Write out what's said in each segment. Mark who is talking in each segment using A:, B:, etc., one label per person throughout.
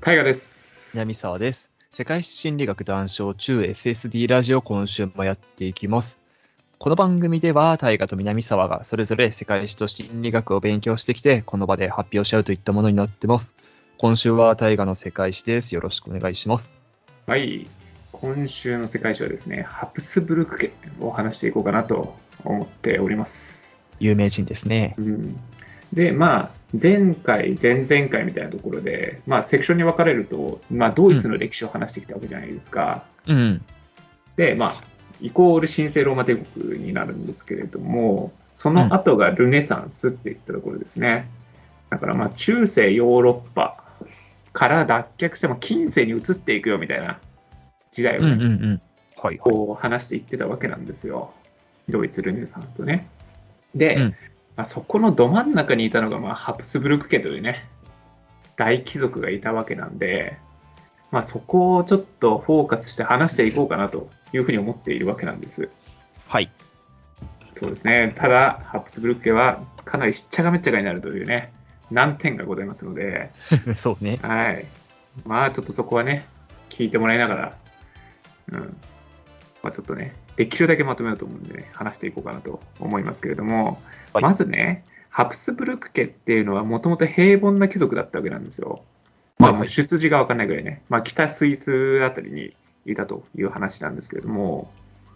A: 大河です。
B: 南沢です。世界史心理学談笑中 SSD ラジオ今週もやっていきます。この番組では大河と南沢がそれぞれ世界史と心理学を勉強してきてこの場で発表し合うといったものになってます。今週は大河の世界史です。よろしくお願いします。
A: はい。今週の世界史はですね、ハプスブルク家を話していこうかなと思っております。
B: 有名人ですね。
A: うん、で、まあ、前回、前々回みたいなところで、まあ、セクションに分かれると、まあ、ドイツの歴史を話してきたわけじゃないですか。
B: うん。
A: で、まあ、イコール神聖ローマ帝国になるんですけれども、その後がルネサンスっていったところですね。だから、まあ、中世ヨーロッパから脱却して、まあ近世に移っていくよみたいな時代を
B: うんう
A: ね、
B: んうん。はいはい。
A: こう話していってたわけなんですよ。ドイツルネサンスとね。で、
B: うん
A: まあ、そこのど真ん中にいたのが、まあ、ハプスブルク家というね、大貴族がいたわけなんで、まあ、そこをちょっとフォーカスして話していこうかなというふうに思っているわけなんです。
B: はい。
A: そうですね。ただ、ハプスブルク家はかなりしっちゃがめっちゃがになるというね、難点がございますので、
B: そうね。
A: はい。まあ、ちょっとそこはね、聞いてもらいながら、うん。まあ、ちょっとね、できるだけまとめようと思うんでね、話していこうかなと思いますけれども、
B: はい
A: まずね、ハプスブルク家っていうのはもともと平凡な貴族だったわけなんですよ。まあ、もう出自が分かんないぐらいね、まあ、北スイスあたりにいたという話なんですけれども、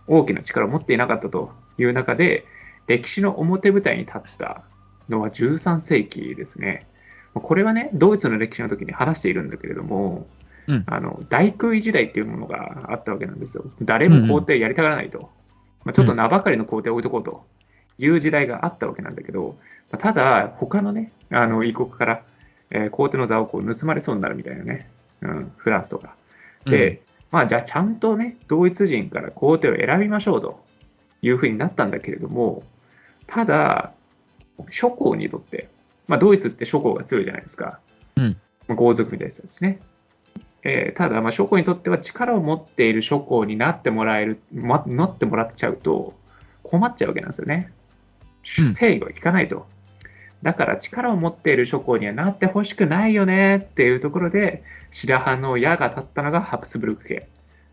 A: 大きな力を持っていなかったという中で、歴史の表舞台に立ったのは13世紀ですね。まあこれはね、ドイツの歴史の時に話しているんだけれども、
B: うん
A: あの大空位時代っていうものがあったわけなんですよ。誰も皇帝やりたがらないと。まあ、ちょっと名ばかりの皇帝を置いとこうという時代があったわけなんだけど、まあただ、他のね、あの異国から、えー皇帝の座をこう盗まれそうになるみたいなね、うん、フランスとか。で、まあ、じゃあちゃんとね、同一人から皇帝を選びましょうというふうになったんだけれども、ただ、諸侯にとって、まあ、ドイツって諸侯が強いじゃないですか。
B: うん
A: まあ豪族みたいな人ですね。えーただ、まあ、諸侯にとっては力を持っている諸侯になってもらえる、ま、なってもらっちゃうと困っちゃうわけなんですよね。
B: うん
A: 誠意が効かないと。だから力を持っている諸侯にはなってほしくないよねっていうところで、白羽の矢が立ったのがハプスブルク家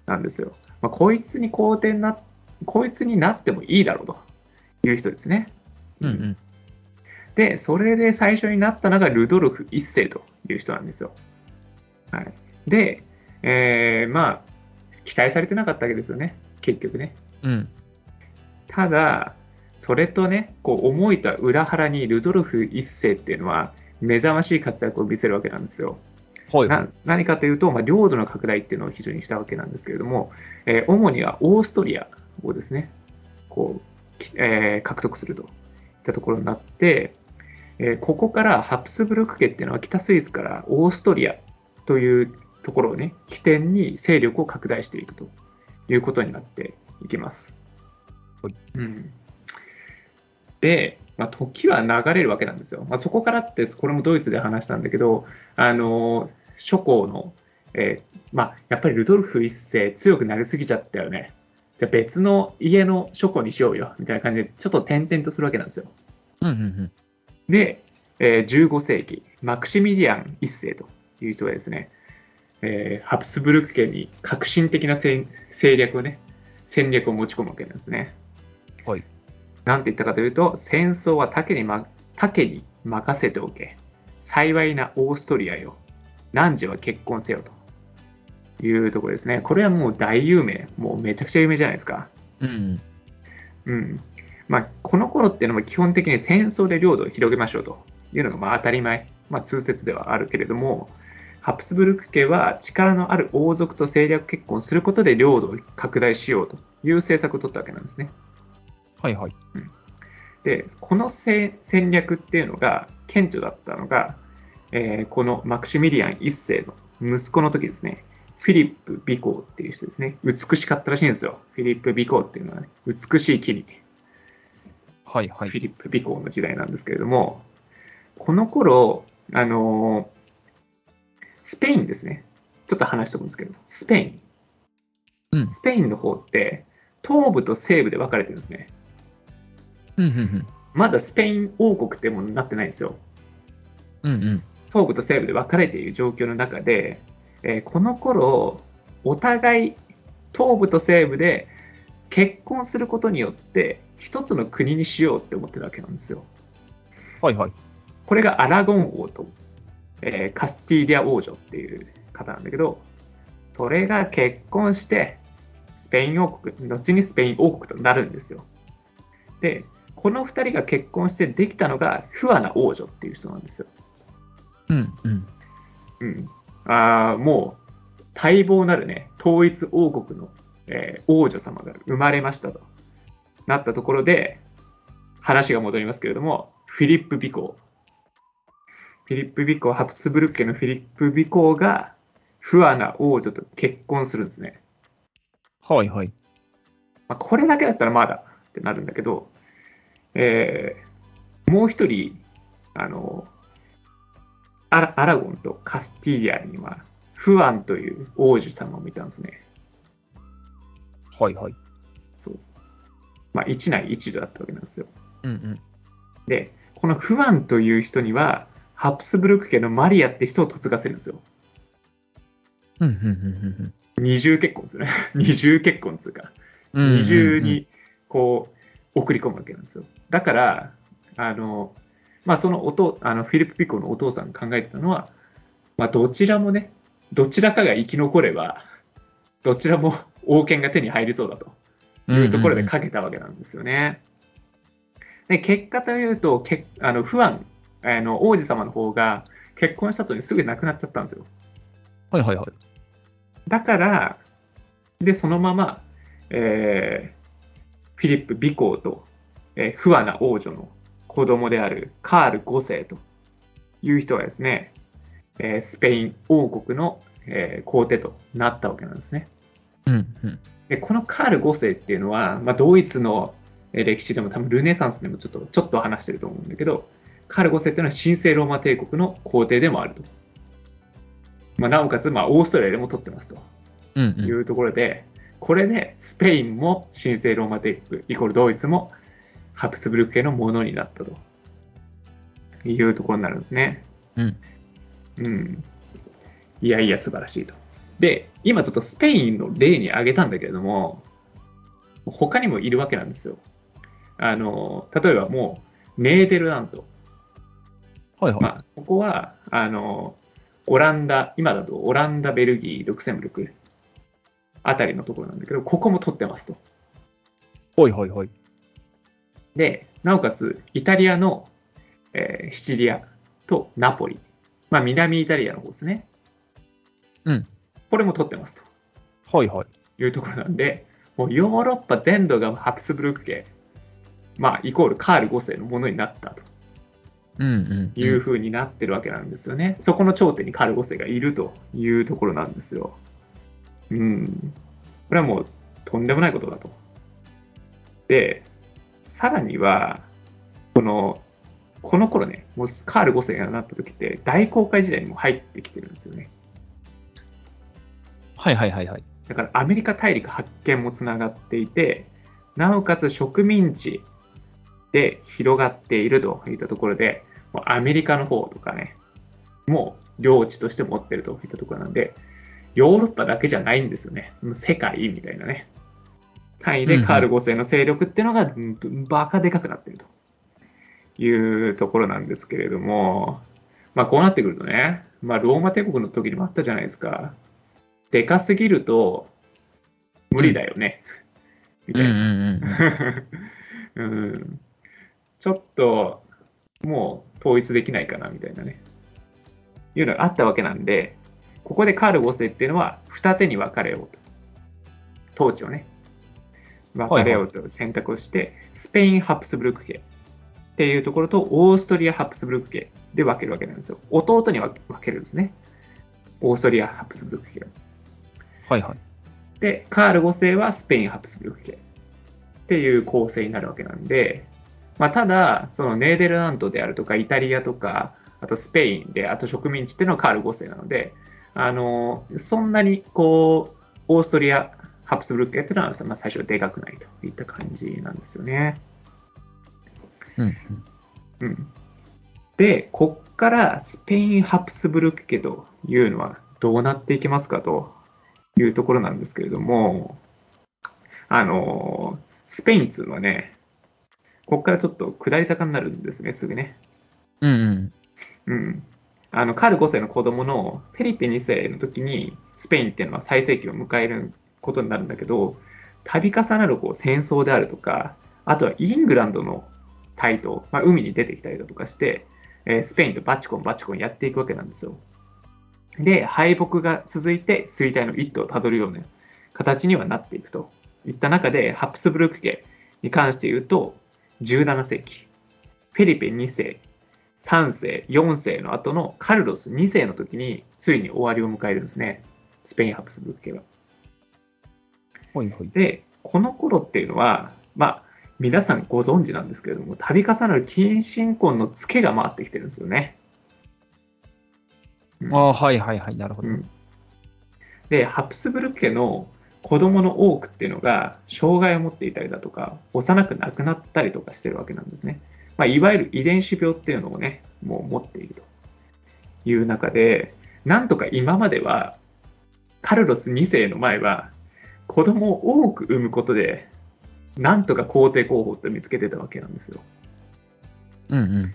A: なんですよ。まあ、こいつに皇帝にな、こいつになってもいいだろうという人ですね。
B: うんうん。
A: で、それで最初になったのがルドルフ一世という人なんですよ。はい、で、えーまあ、期待されてなかったわけですよね、結局ね。
B: うん。
A: ただ、それとね、こう思いとは裏腹にルドルフ一世っていうのは、目覚ましい活躍を見せるわけなんですよ。
B: はいはい。
A: な何かというと、まあ、領土の拡大っていうのを基準にしたわけなんですけれども、えー主にはオーストリアをですね、こうきえー獲得するといったところになって、えーここからハプスブルク家っていうのは北スイスからオーストリアというところをね、起点に勢力を拡大していくということになっていきます。
B: はい
A: うん、で、まあ、時は流れるわけなんですよ。まあ、そこからって、これもドイツで話したんだけど、あの諸侯の、えーまあ、やっぱりルドルフ一世強くなりすぎちゃったよね。じゃあ別の家の諸侯にしようよみたいな感じでちょっと転々とするわけなんですよ。
B: うんうんうん。
A: で、えー15世紀、マクシミリアン一世という人がですね、えーハプスブルク家に革新的な戦政略をね、戦略を持ち込むわけなんですね。
B: はい。
A: なんて言ったかというと、戦争は他家に,、ま、他家に任せておけ。幸いなオーストリアよ。汝は結婚せよというところですね。これはもう大有名。もうめちゃくちゃ有名じゃないですか。
B: うん
A: うんまあ、この頃っていうのは基本的に戦争で領土を広げましょうというのがまあ当たり前、まあ、通説ではあるけれども、ハプスブルク家は力のある王族と政略結婚することで領土を拡大しようという政策を取ったわけなんですね。
B: はいはい。
A: で、このせ戦略っていうのが顕著だったのが、えーこのマクシミリアン一世の息子の時ですね、フィリップ・ビコーっていう人ですね、美しかったらしいんですよ。フィリップ・ビコーっていうのは、ね、美しい木に
B: はいはい
A: フ。ィリップ・ビコーの時代なんですけれども、この頃、あのースペインですね。ちょっと話しておくんですけど、スペイン。
B: うん
A: スペインの方って、東部と西部で分かれてるんですね。
B: うんうん
A: まだスペイン王国ってものになってないんですよ。
B: うん。うんうん。
A: 東部と西部で分かれている状況の中で、えーこの頃お互い東部と西部で結婚することによって一つの国にしようって思ってるわけなんですよ。
B: はいはい。
A: これがアラゴン王と、えーカスティーリア王女っていう方なんだけど、それが結婚して、スペイン王国、後にスペイン王国となるんですよ。で、この2人が結婚してできたのが、フアナ王女っていう人なんですよ。
B: うんうん。
A: うん。ああ、もう、待望なるね、統一王国の、えー王女様が生まれましたとなったところで、話が戻りますけれども、フィリップ・ビコフィリップ・ビコハプスブルク家のフィリップ・ビコが、フアナ王女と結婚するんですね。
B: はいはい。
A: まあ、これだけだったらまだってなるんだけど、えーもう一人、あのアラアラゴンとカスティリアには、フアンという王子様もいたんですね。
B: はいはい。
A: そうまあ、一内一女だったわけなんですよ。
B: うんうん。
A: で、このフアンという人には、ハプスブルク家のマリアって人を嫁がせるんですよ。
B: うんうんうん
A: 二重結婚ですよね。 二重結婚っていうか。
B: うんうん。
A: 二重にこう送り込むわけなんですよ。だから、あのまあ、そのおとあのフィリップ・ピコのお父さんが考えてたのは、まあ、どちらもね、どちらかが生き残れば、どちらも王権が手に入りそうだと
B: うんうん
A: いうところでかけたわけなんですよね。で、結果というと、けあの不安、あの王子様の方が結婚した後にすぐ亡くなっちゃったんですよ。
B: はいはいはい。
A: だから、で、そのまま、えーフィリップ・ビコーと、えーフアナ王女の子供であるカール5世という人はですね、えースペイン王国の、えー皇帝となったわけなんですね。
B: うんうん。
A: で、このカール5世っていうのは、まあ、ドイツのえー歴史でも多分ルネサンスでもちょっとちょっと話してると思うんだけど、カール5世っていうのは神聖ローマ帝国の皇帝でもあると。まあ、なおかつ、まあ、オーストラリアでも取ってますと。
B: うん
A: とい
B: うん。
A: うところで、これでスペインも神聖ローマ帝国イコールドイツもハプスブルク系のものになったというところになるんですね。
B: うん。
A: うん。いやいや、素晴らしいと。で、今ちょっとスペインの例に挙げたんだけれども、他にもいるわけなんですよ。あの、例えばもう、ネーデルランド。
B: はいはい。
A: まあ、ここは、あの、オランダ、今だとオランダ、ベルギー、ルクセンブルクあたりのところなんだけど、ここも取ってますと。
B: はいはいはい。
A: で、なおかつ、イタリアの、えーシチリアとナポリ、まあ、南イタリアの方ですね。
B: うん。
A: これも取ってますと。
B: はいはい。
A: いうところなんで、もうヨーロッパ全土がハプスブルク家、まあ、イコールカール5世のものになったと
B: うんうん。
A: いうふうになってるわけなんですよね。そこの頂点にカルゴセがいるというところなんですよ。うん。これはもうとんでもないことだと。で、さらには、この、この頃ね、もうカール5世がなった時って大航海時代にも入ってきてるんですよね。
B: はいはいはいはい。
A: だからアメリカ大陸発見もつながっていて、なおかつ植民地で広がっているといったところで、もうアメリカの方とかね、もう領地として持ってるといったところなんで、ヨーロッパだけじゃないんですよね。もう世界みたいなね。単位
B: うん
A: で
B: うん
A: カール5世の勢力っていうのが、うんとバカでかくなってるというところなんですけれども、まあこうなってくるとね、まあローマ帝国の時にもあったじゃないですか。でかすぎると無理だよね。み
B: う
A: た
B: ん
A: い
B: うん
A: な。
B: うん。
A: うん、ちょっともう統一できないかなみたいなね。いうのがあったわけなんで、ここでカール5世っていうのは二手に分かれようと。統治をね。分かれようと選択をして、スペイン・ハプスブルク家っていうところとオーストリア・ハプスブルク家で分けるわけなんですよ。弟に分け分けるんですね。オーストリア・ハプスブルク家を。
B: はいはい。
A: で、カール5世はスペイン・ハプスブルク家っていう構成になるわけなんで、まあ、ただ、そのネーデルランドであるとか、イタリアとか、あとスペインで、あと植民地っていうのはカール5世なので、あのそんなにこう、オーストリア、ハプスブルク家っていうのは、まあ、最初はでかくないといった感じなんですよね。
B: うんうん。
A: うん、で、こっからスペイン・ハプスブルク家というのはどうなっていきますかというところなんですけれども、あのースペインっていうのはね、こっからちょっと下り坂になるんですね、すぐね。
B: うん
A: う
B: うん。
A: ん。あの、カール5世の子供のペリペ2世の時に、スペインっていうのは最盛期を迎えることになるんだけど、度重なるこう戦争であるとか、あとはイングランドの台頭、まあ、海に出てきたりだとかして、えースペインとバチコンバチコンやっていくわけなんですよ。で、敗北が続いて衰退の一途をたどるような形にはなっていくといった中で、ハプスブルク家に関して言うと、17世紀、フェリペ2世、3世、4世の後のカルロス2世の時に、ついに終わりを迎えるんですね。スペインハプスブルク家は。
B: ほいほい。
A: で、この頃っていうのは、まあ、皆さんご存知なんですけれども、度重なる近親婚のツケが回ってきてるんですよね。
B: ああ、はいはいはい。なるほど。
A: うん、で、ハプスブルク家の子供の多くっていうのが、障害を持っていたりだとか、幼く亡くなったりとかしてるわけなんですね。まあ、いわゆる遺伝子病っていうのをね、もう持っているという中で、なんとか今までは、カルロス2世の前は、子供を多く産むことで、なんとか皇帝候補って見つけてたわけなんですよ。
B: うんうん。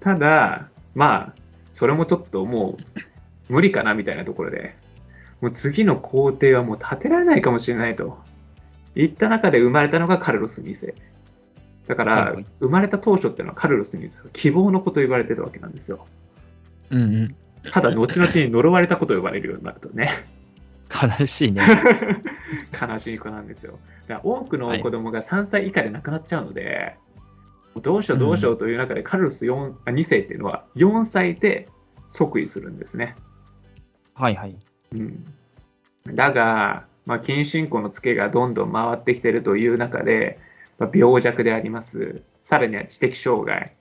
A: ただ、まあ、それもちょっともう無理かなみたいなところで、もう次の皇帝はもう立てられないかもしれないといった中で生まれたのがカルロス2世。だか
B: はい
A: ら
B: はい、
A: 生まれた当初っていうのはカルロス2世は希望の子と言われてたわけなんですよ。
B: うんうん。
A: ただ、後々に呪われた子と呼ばれるようになるとね、
B: 悲しいね。
A: 悲しい子なんですよ。だから多くの子供が3歳以下で亡くなっちゃうので、どうしようどうしようという中で、カルロス4あ2世っていうのは4歳で即位するんですね。
B: はいはい。
A: うんだが、まあ、近親婚のツケがどんどん回ってきてるという中で、まあ病弱であります、さらには知的障害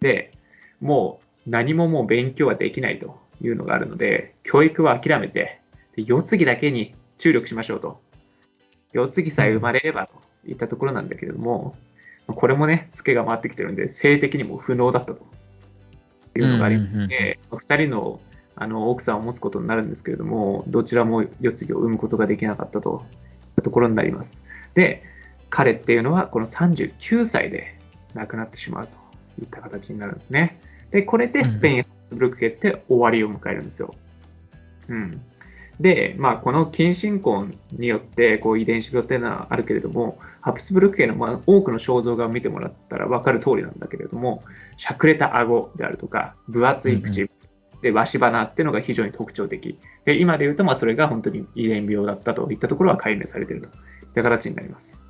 A: で、もう何ももう勉強はできないというのがあるので、教育は諦めて、で世継ぎだけに注力しましょうと、世継ぎさえ生まれればといったところなんだけれども、まあこれもね、ツケが回ってきてるんで、性的にも不能だったというのがありま
B: うん
A: し
B: うんうん
A: て、まあ二人のあの奥さんを持つことになるんですけれども、どちらも世継ぎを産むことができなかったというところになります。で、彼っていうのはこの39歳で亡くなってしまうといった形になるんですね。で、これでスペイン・ハプスブルク家って終わりを迎えるんですよ。うん。で、まあ、この近親婚によってこう遺伝子病っていうのはあるけれども、ハプスブルク家のまあ多くの肖像画を見てもらったら分かる通りなんだけれども、しゃくれた顎であるとか、分厚い口、で、わし鼻っていうのが非常に特徴的。で、今で言うと、まあ、それが本当に遺伝病だったといったところは解明されているといった形になります。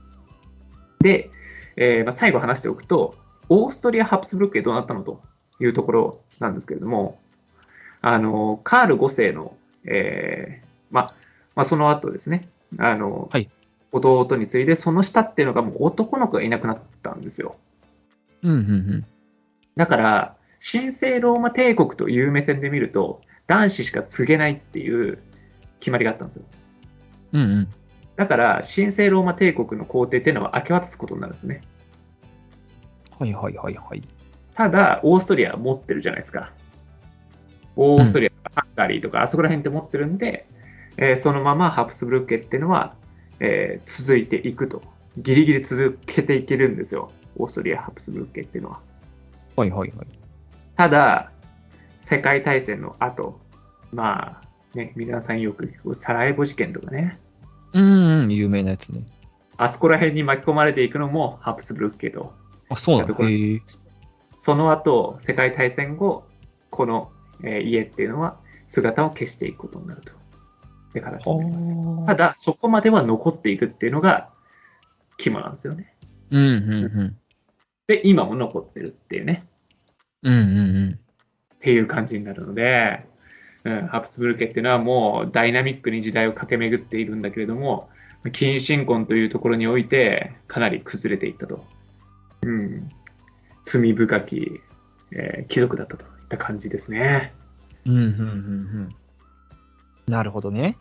A: で、えーまあ、最後話しておくと、オーストリア・ハプスブルク家どうなったのというところなんですけれども、あのカール5世の、えーまあまあ、その後ですね、あの
B: はい
A: 弟に次いで、その下っていうのがもう男の子がいなくなったんですよ。
B: うんうんうん。
A: だから、神聖ローマ帝国という目線で見ると、男子しか継げないっていう決まりがあったんですよ。
B: うんうん。
A: だから、神聖ローマ帝国の皇帝っていうのは明け渡すことになるんですね。
B: はいはいはいはい。
A: ただ、オーストリアは持ってるじゃないですか。オーストリアとかハンガリーとか、あそこら辺って持ってるんで、えーそのままハプスブルク家っていうのは、えー続いていくと。ギリギリ続けていけるんですよ。オーストリア、ハプスブルク家っていうのは。
B: はいはいはい。
A: ただ、世界大戦の後、まあ、ね、皆さんよく聞くサラエボ事件とかね、
B: うんうん。有名なやつね。
A: あそこら辺に巻き込まれていくのもハプスブルク家と、
B: あ、そうなん
A: だ
B: だ。
A: から
B: へえ。
A: その後、世界大戦後、この、えー家っていうのは姿を消していくことになるという形になります。ただ、そこまでは残っていくっていうのが肝なんですよね。
B: うんうん
A: で、今も残ってるっていうね。
B: うん。うんうんうん。
A: っていう感じになるので、うん、ハプスブルク家っていうのはもうダイナミックに時代を駆け巡っているんだけれども近親婚というところにおいてかなり崩れていったと、うん、罪深き、えー貴族だったといった感じですね
B: うんうんうんうん。なるほどね。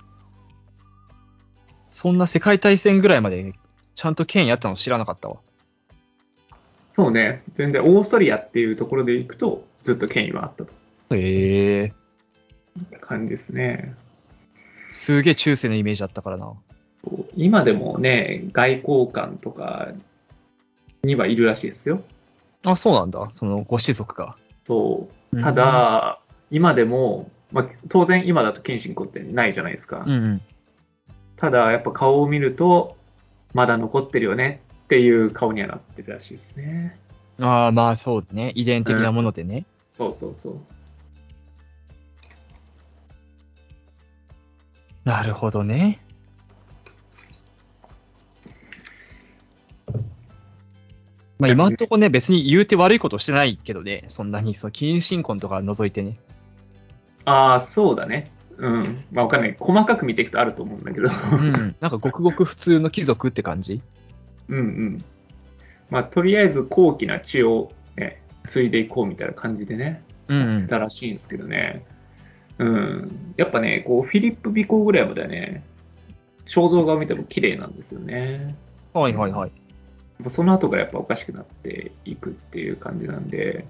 B: そんな世界大戦ぐらいまでちゃんと権威あったの知らなかったわ。
A: そうね、全然オーストリアっていうところで行くと、ずっと権威はあったと
B: へえ。
A: いった感じですね。
B: すげえ中世のイメージあったからな。
A: 今でもね、外交官とかにはいるらしいですよ。
B: あ、そうなんだ。そのご子族が。
A: そうた、だ、今でも、まあ、当然今だと謙信公ってないじゃないですか。
B: うんうん。
A: ただ、やっぱ顔を見ると、まだ残ってるよねっていう顔にはなってるらしいですね。
B: ああ、まあそうね。遺伝的なものでね。
A: そうそうそう。
B: なるほどね。まあ今んとこね、別に言うて悪いことしてないけどね、そんなに、その近親婚とか除いてね。
A: ああ、そうだね。うん。まあ、わかんない。細かく見ていくとあると思うんだけど。
B: うん。なんかごくごく普通の貴族って感じ
A: うんうん。まあ、とりあえず高貴な血を、ね、継いでいこうみたいな感じでね、
B: うんうん、
A: たらしいんですけどね。うん。やっぱね、こう、フィリップ美光ぐらいまではね、肖像画を見ても綺麗なんですよね。
B: はいはいはい。
A: もうその後がやっぱおかしくなっていくっていう感じなんで、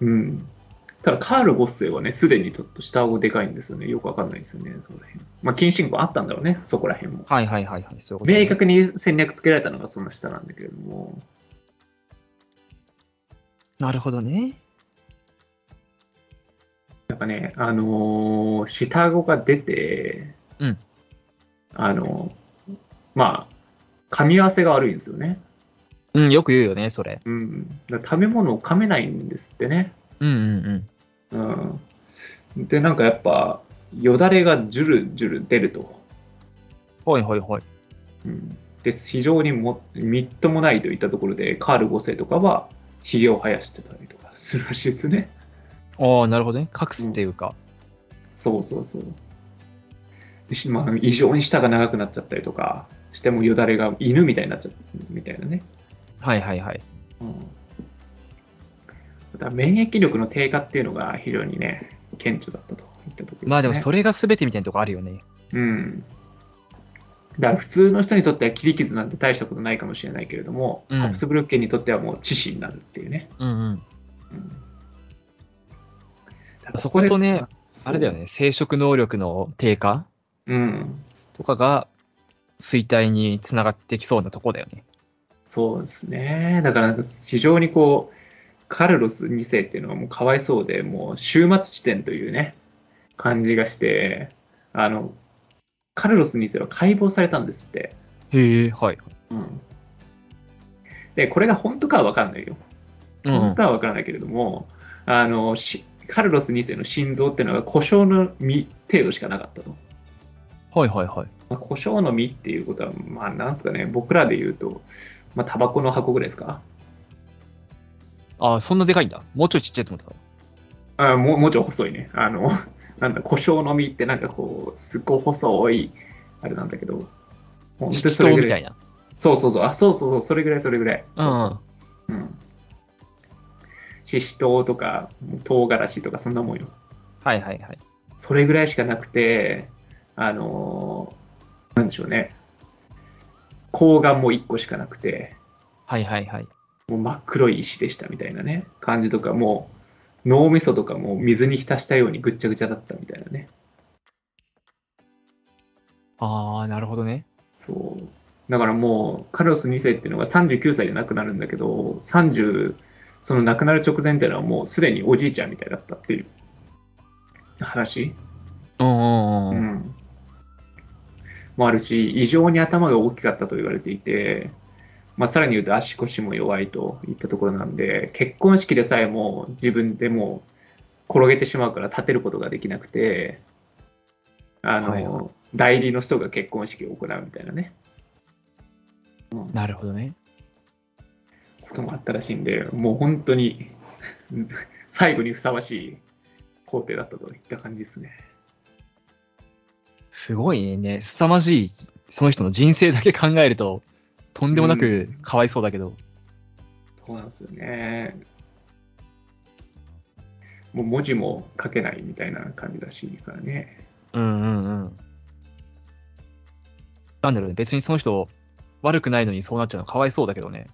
A: うん。ただ、カール5世はね、すでにちょっと下顎でかいんですよね。よくわかんないですよね、そこら辺。まあ、近親婚あったんだろうね、そこら辺も。
B: はいはいはいはい。そういうことね
A: 明確に戦略つけられたのがその下なんだけれども、
B: なるほどね。
A: やっぱね、あのー下顎が出て、
B: うん
A: あのーまあ、噛み合わせが悪いんですよね。
B: うん、よく言うよね、それ。
A: うん。だから食べ物を噛めないんですってね。
B: うんうんうん。
A: うん。で、なんかやっぱ、よだれがジュルジュル出ると。
B: はいはいはい。
A: うん、で、非常にもみっともないといったところで、カール5世とかは、ひげを生やしてたりとかするらしいですね。
B: ああ、なるほどね。隠すっていうか。
A: そうそうそう。でしまあ、異常に舌が長くなっちゃったりとかしてもよだれが犬みたいになっちゃうみたいなね。
B: はいはいはい。
A: うん、また免疫力の低下っていうのが非常にね、顕著だったといったところです、ね。
B: まあでもそれが全てみたいなとこあるよね。
A: うん。だから普通の人にとっては切り傷なんて大したことないかもしれないけれども、
B: うん
A: ハプスブルク家にとってはもう致死になるっていうね。
B: うんうん。
A: うん
B: そことね、
A: そう
B: あれだよ。ね、生殖能力の低下
A: うん。
B: とかが衰退につながってきそうなとこだよね。
A: そうですね。だからなんか非常にこう、カルロス2世っていうのはもうかわいそうで、もう終末地点というね、感じがして、あの、カルロス2世は解剖されたんですって。
B: へえ、はい。
A: うん。で、これが本当かは分かんないよ。
B: うんうん、
A: 本当は分からないけれども、あのしカルロス2世の心臓っていうのは故障の実程度しかなかったと。
B: はいはいはい。
A: まあ、故障の実っていうことは、まあ、なんすかね、僕らで言うと、まあ、タバコの箱ぐらいですか。
B: ああ、そんなでかいんだ。もうちょいちっちゃいと思ってた。
A: あもうもうちょい細いね。あの、 なんだ、故障の実ってなんかこう、すっごい細い、あれなんだけど、本
B: 七
A: それ
B: 島
A: ぐ
B: み
A: ら
B: た
A: い。
B: いな。
A: そうそうそう、あ、そうそうそう、それぐらい、それぐらい。
B: うん
A: そううんそううん。シシトウとか、唐辛子とか、そんなもんよ。
B: はいはいはい。
A: それぐらいしかなくて、あのーなんでしょうね、睾丸も1個しかなくて、
B: はいはいはい。
A: もう真っ黒い石でしたみたいなね、感じとか、もう脳みそとかもう水に浸したようにぐっちゃぐちゃだったみたいなね、
B: ああ、なるほどね。
A: そう。だからもう、カルロス2世っていうのが39歳で亡くなるんだけど、30、その亡くなる直前っていうのはもうすでにおじいちゃんみたいだったっていう話。
B: うんうんう。
A: うんん、もあるし、異常に頭が大きかったと言われていて、まあ、さらに言うと足腰も弱いといったところなんで、結婚式でさえも自分でもう転げてしまうから立てることができなくて、あの、
B: はいは
A: 代理の人が結婚式を行うみたいなね、うん
B: なるほどね。
A: こともあったらしいんで、もう本当に最後にふさわしい皇帝だったといった感じですね。
B: すごいね。凄まじい、その人の人生だけ考えると、とんでもなくかわいそうだけど。
A: そうなんですよね。もう文字も書けないみたいな感じだしから ね。
B: うんうんうん。なんだろうね、別にその人、悪くないのにそうなっちゃうのかわいそうだけどね。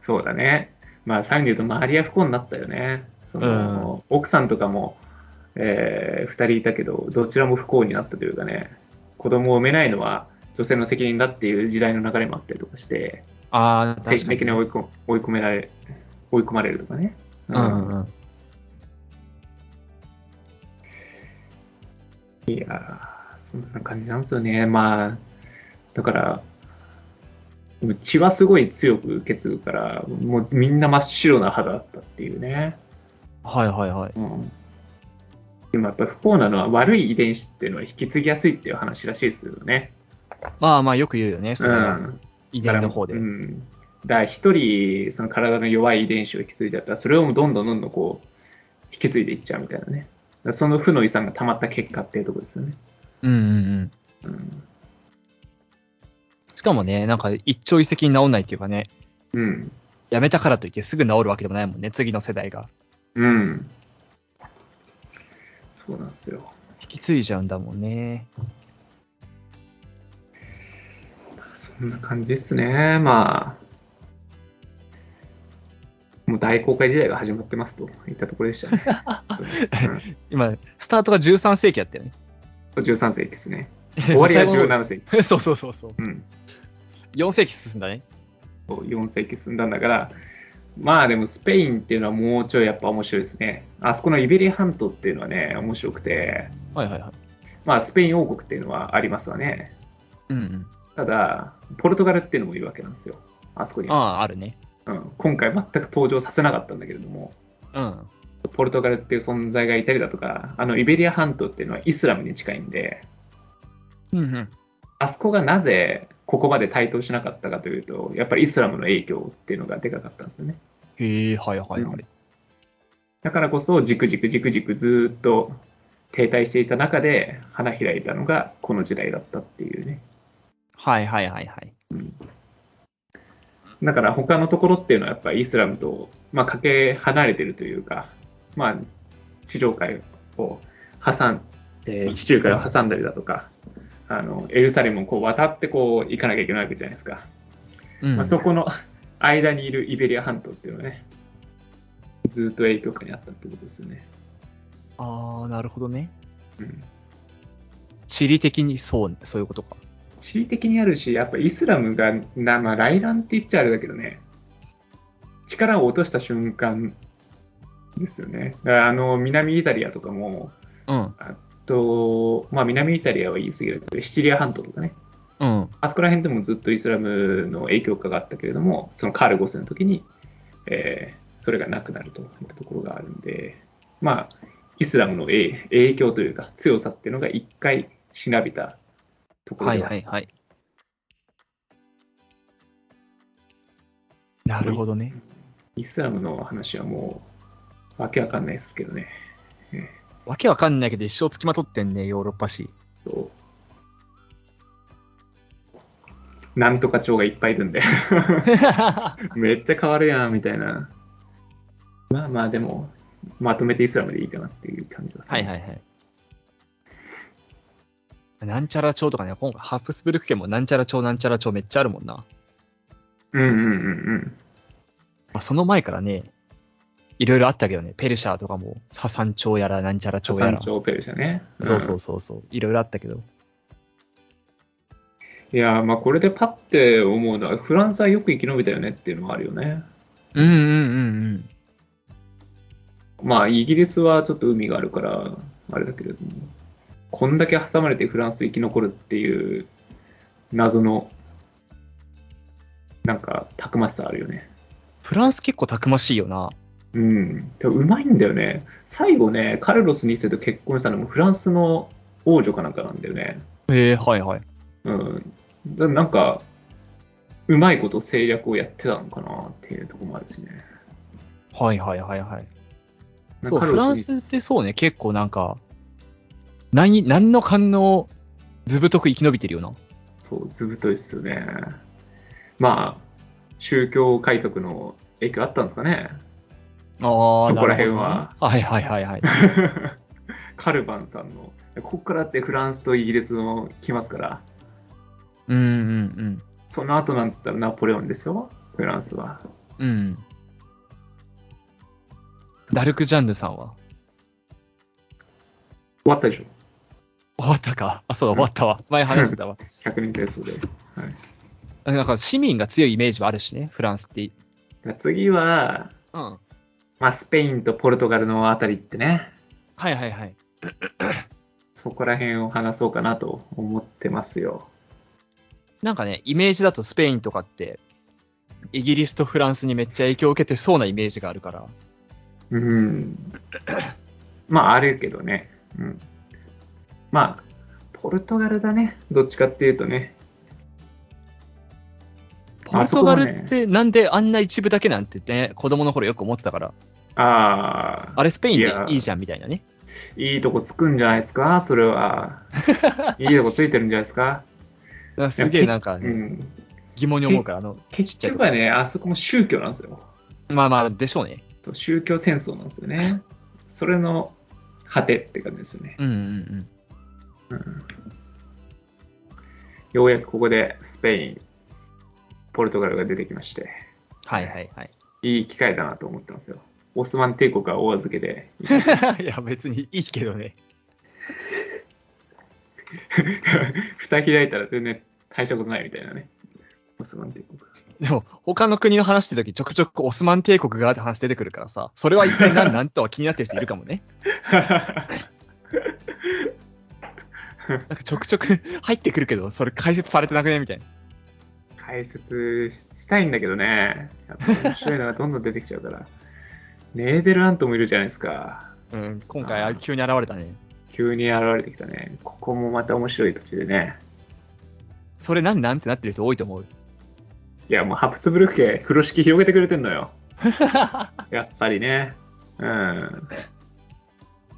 A: そうだね。まあ、さらに言うと周りは不幸になったよね。その、奥さんとかも、えー、2人いたけど、どちらも不幸になったというかね、子供を産めないのは女性の責任だっていう時代の流れもあったりとかして、
B: ああ、
A: 精
B: 確
A: 神
B: かに。
A: 的に追い込追い込められ、追い込まれるとかね。
B: う
A: うん
B: うんうん。
A: いやー、そんな感じなんですよね。まあ、だから、う血はすごい強く受け継ぐから、もうみんな真っ白な肌だったっていうね。
B: はいはいはい。
A: うん、でもやっぱ不幸なのは悪い遺伝子っていうのは引き継ぎやすいっていう話らしいですよね。
B: まあまあ、よく言うよね、それは。
A: ん、
B: 遺伝の方で。
A: う
B: うん
A: ん、だから一人その体の弱い遺伝子を引き継いだったらそれをどんどんどんどんこう引き継いでいっちゃうみたいなねだからその負の遺産がたまった結果っていうところですよね、
B: うんうん。
A: うん
B: しかもね、なんか一朝一夕に治んないっていうかね、
A: うん
B: やめたからといってすぐ治るわけでもないもんね、次の世代が。
A: うん、そうなんですよ
B: 引き継いじゃうんだもんね。
A: そんな感じですねまあもう大航海時代が始まってますといったところでしたね、うん
B: 今、スタートが13世紀だったよね。
A: 13世紀ですね終わりが
B: 17
A: 17世紀、
B: そうそうそうそう。
A: うん、
B: 4世紀進んだね。
A: 4世紀進んだんだから、まあでもスペインっていうのはもうちょいやっぱ面白いですね。あそこのイベリア半島っていうのはね、面白くて、
B: はいはいはい。
A: まあスペイン王国っていうのはありますわね。
B: うんうん。
A: ただ、ポルトガルっていうのもいるわけなんですよ、あそこに
B: あ
A: は。
B: あ、あるね。
A: うん、今回全く登場させなかったんだけれども、
B: うん。
A: ポルトガルっていう存在がいたりだとか、あのイベリア半島っていうのはイスラムに近いんで、
B: うんうん。
A: あそこがなぜここまで台頭しなかったかというと、やっぱりイスラムの影響っていうのがでかかったんですよね。
B: へえ、はいはいはい。
A: だからこそ、じくじくじくじくずーっと停滞していた中で、花開いたのがこの時代だったっていうね。
B: はいはいはいはい。
A: だから他のところっていうのはやっぱりイスラムと、まあ、かけ離れてるというか、まあ、地上海を挟ん、えー地中海を挟んだりだとか、あのエルサレムをこう渡ってこう行かなきゃいけないわけじゃないですか。
B: うん。
A: まあ、そこの 間にいるイベリア半島っていうのはね、ずーっと影響下にあったってことですよね。
B: ああ、なるほどね。
A: うん
B: 地理的にそう、そういうことか。
A: 地理的にあるし、やっぱイスラムがな、まあ、内乱って言っちゃあれだけどね、力を落とした瞬間ですよね。だからあの南イタリアとかも、
B: うん。
A: とまあ、南イタリアは言い過ぎるけど、シチリア半島とかね、
B: うん。
A: あそこら辺でもずっとイスラムの影響下があったけれども、そのカール5世の時に、えーそれがなくなるといったところがあるんで、まあ、イスラムの影影響というか、強さっていうのが一回しなびたところ
B: は
A: で
B: い
A: は
B: はいはい。なるほどね。
A: イスラムの話はもう、わけわかんないですけどね。
B: わけわかんないけど一生つきまとってんね、ヨーロッパ史。
A: そうなんとか蝶がいっぱいいるんで、 めっちゃ変わるやん、みたいな。まあまあ、でも、まとめてイスラムでいいかなっていう感じがす
B: は
A: る
B: い
A: んで
B: は
A: す
B: いはい。なんちゃら朝とかね、今回ハプスブルク家もなんちゃら朝なんちゃら朝めっちゃあるもんな。
A: う
B: ま
A: んうんうん
B: あ、その前からね、いろいろあったけどね、ペルシャーとかも、ササン朝やらなんちゃら
A: うん。
B: 朝や
A: 山
B: ら。
A: 頂ペルシャね。
B: そうそううそうそう、いろいろあったけど。
A: ん。いやー、まあこれでパッて思うのは、フランスはよく生き延びたよねっていうのはあるよね。
B: うんうんうんうん。
A: まあ、イギリスはちょっと海があるから、あれだけれども、こんだけ挟まれてフランス生き残るっていう謎の、なんか、たくましさあるよね。
B: フランス結構たくましいよな。
A: うん。でも、うまいんだよね。最後ね、カルロス2世と結婚したのもフランスの王女かなんかなんだよね。
B: ええはいはい。
A: うん。だなんか、うまいこと政略をやってたのかなっていうところもあるしね。
B: はいはいはいはい。そう、
A: カ
B: フラ
A: ロ
B: ン
A: ス
B: スってそうね、結構なんか、何、何の感のずぶとく生き延びてるよな。
A: そう、ずぶといっすよね。まあ、宗教改革の影響あったんですかね。
B: ああ、
A: そこら
B: なる
A: 辺
B: ほどね
A: は。
B: はいはいはいはい。
A: カルバンさんの、ここからってフランスとイギリスの来ますから、
B: うんうんうん。
A: その後なんつったらナポレオンですよ、フランスは。
B: うん。ダルクジャンヌさんは
A: 終わったでしょ、
B: 終わったかあ、そうだ、終わったわ。前話してたわ。
A: 100人体操で。
B: なんか市民が強いイメージはあるしね、フランスって。
A: 次は、
B: うん。は
A: まあ、スペインとポルトガルのあたりってね、
B: いはいはい。
A: そこら辺を話そうかなと思ってますよ。
B: なんかね、イメージだとスペインとかって、イギリスとフランスにめっちゃ影響を受けてそうなイメージがあるから。
A: うん。まあ、あるけどね。うん。まあ、ポルトガルだね。どっちかっていうとね。
B: ポルトガルってなんであんな一部だけなんてね、子供の頃よく思ってたから、
A: ああ、
B: あれスペイン
A: いや
B: でいいじゃんみたいなね。
A: いいとこつくんじゃないですか、それ は。いいとこついてるんじゃないですか。
B: なんかすげえなんかね、
A: うん。
B: 疑問に思うから、あの、
A: 結
B: ちゃい
A: 局
B: とこ
A: はね、あそこも宗教なんですよ。
B: まあまあでしょうね。
A: 宗教戦争なんですよね。それの果てって感じですよね。
B: うんうんうん。
A: ようやくここでスペイン、ポルトガルが出てきまして、
B: はいはいはい。
A: いい機会だなと思ったんですよ。オスマン帝国はお預けで、
B: いや別にいいけどね。
A: 蓋開いたら全然大したことないみたいなね。オスマン帝国。
B: でも他の国の話してるときちょくちょくオスマン帝国がって話出てくるからさ、それは一体何なんとは気になってる人いるか もね。なんかちょくちょく 入ってくるけど、それ解説されてなくねみたいな。
A: 解説したいんだけどね。やっぱ面白いのがどんどん出てきちゃうから。ネーデルアントもいるじゃないですか。
B: うん、今回あ急に現れたね。
A: 急に現れてきたね。ここもまた面白い土地でね。
B: それなんなんってなってる人多いと思う。
A: いや、もうハプスブルク家、風呂敷広げてくれてんの よ。やっぱりね。うん。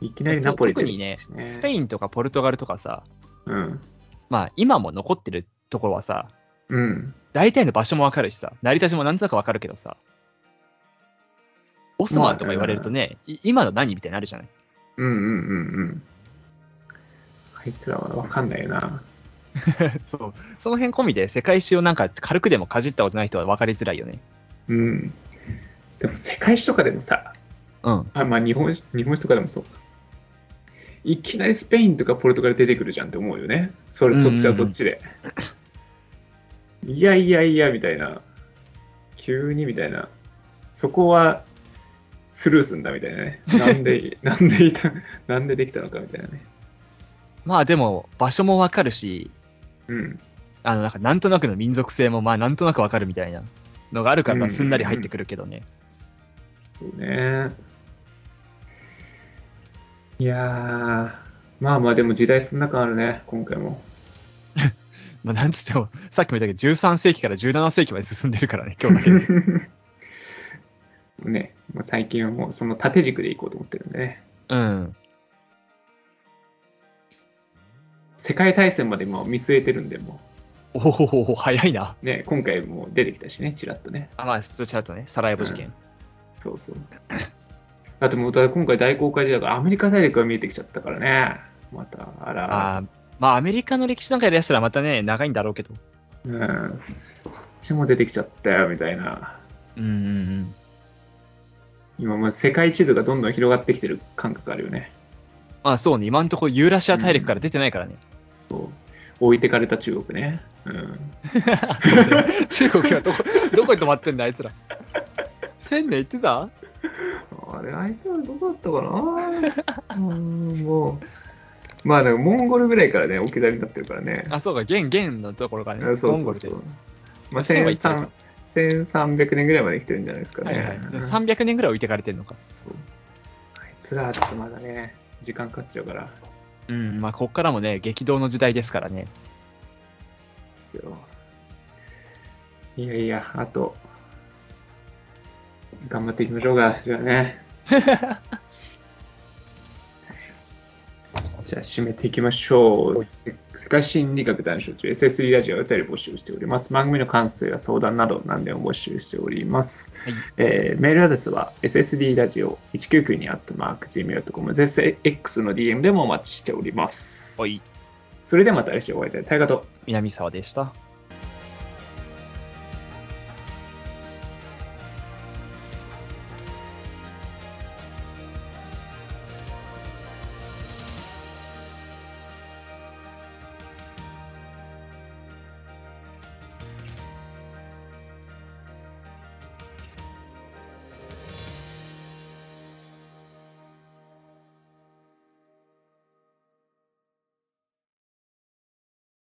A: いきなりナポリ
B: 特にね、スペ
A: ン。
B: インとかポルトガルとかさ、
A: うん。
B: まあ今も残ってるところはさ、
A: うん。
B: 大体の場所もわかるしさ、成り立ちもなんとなくわかるけどさ、オスマンとか言われるとね、い今の何みたいになるじゃない。
A: うんうんうんうん。あいつらはわかんないよな。
B: そう。その辺込みで世界史をなんか軽くでもかじったことない人は分かりづらいよね。
A: うん。でも世界史とかでもさ、
B: うん。
A: あまあ日本史日本史とかでもそう。いきなりスペインとかポルトガル出てくるじゃんって思うよね。それそっちはそっちで。いやいやいやみたいな。急にみたいな。そこはスルーすんだみたいなね。なん で、なんでいた、なんでできたのかみたいなね。
B: まあでも、場所も分かるし、
A: うん。
B: あの、なんかなんとなくの民族性もまあなんとなく分かるみたいなのがあるから、まあすんなり入ってくるけどね。
A: そうね。いやー、まあまあでも時代そんな感あるね、今回も。
B: まあなんつっても、さっきも言ったけど、13世紀から17世紀まで進んでるからね、今日だけで。
A: ね、もう最近はもうその縦軸でいこうと思ってるんでね。
B: うん。
A: 世界大戦までもう見据えてるんで、も
B: おほほほほ、早いな。
A: うね、今回も出てきたしね、ちらっとね。
B: あまあ、ちらっとね、サラエボ事件。
A: そうそう。だってもうだ今回大公開でだからアメリカ大陸が見えてきちゃったからね。また、あら。
B: あーまあ、アメリカの歴史なんかやりだしたらまたね、長いんだろうけど。
A: うん。そっちも出てきちゃったよ、みたいな。
B: うんうんうん。
A: 今もう世界地図がどんどん広がってきてる感覚あるよね。
B: まあそうね、今んとこユーラシア大陸から出てないからね。
A: 置いてかれた中国ね。うん。
B: 中国はどこ、どこに泊まってんだ、あいつら。千年行ってた
A: あれ、あいつはどこだったかなうーん、もう。まあ、でもモンゴルぐらいからね、置き去りになってるからね。
B: あ、そうか、元元のところがね、
A: あそう
B: モン
A: そ
B: ゴ
A: う
B: ル
A: そ
B: で。
A: う。まあ、
B: そうは言ってる
A: 1300 1300年ぐらいまで生きてるんじゃないですかね。
B: はいはい。で
A: うんそう
B: 300年ぐらい置いてかれてんのか。
A: あいつら、ちょっとまだね、時間かかっちゃうから。
B: うん、まあ、こっからもね、激動の時代ですからね。
A: ですよいやいや、あと、頑張っていきましょうか、じゃあ ね。じゃあ、締めていきましょう。せ世界心理学談笑中、SSE ラジオをお便り募集しております。番組の感想や相談など、何でも募集しております。
B: はい
A: えーメールアドレスは SSD ラジオ199にアットマーク Gmail.com です X の DM でもお待ちしております。
B: おい、
A: それではまた来週お会いいたい。大河と
B: 南沢でした。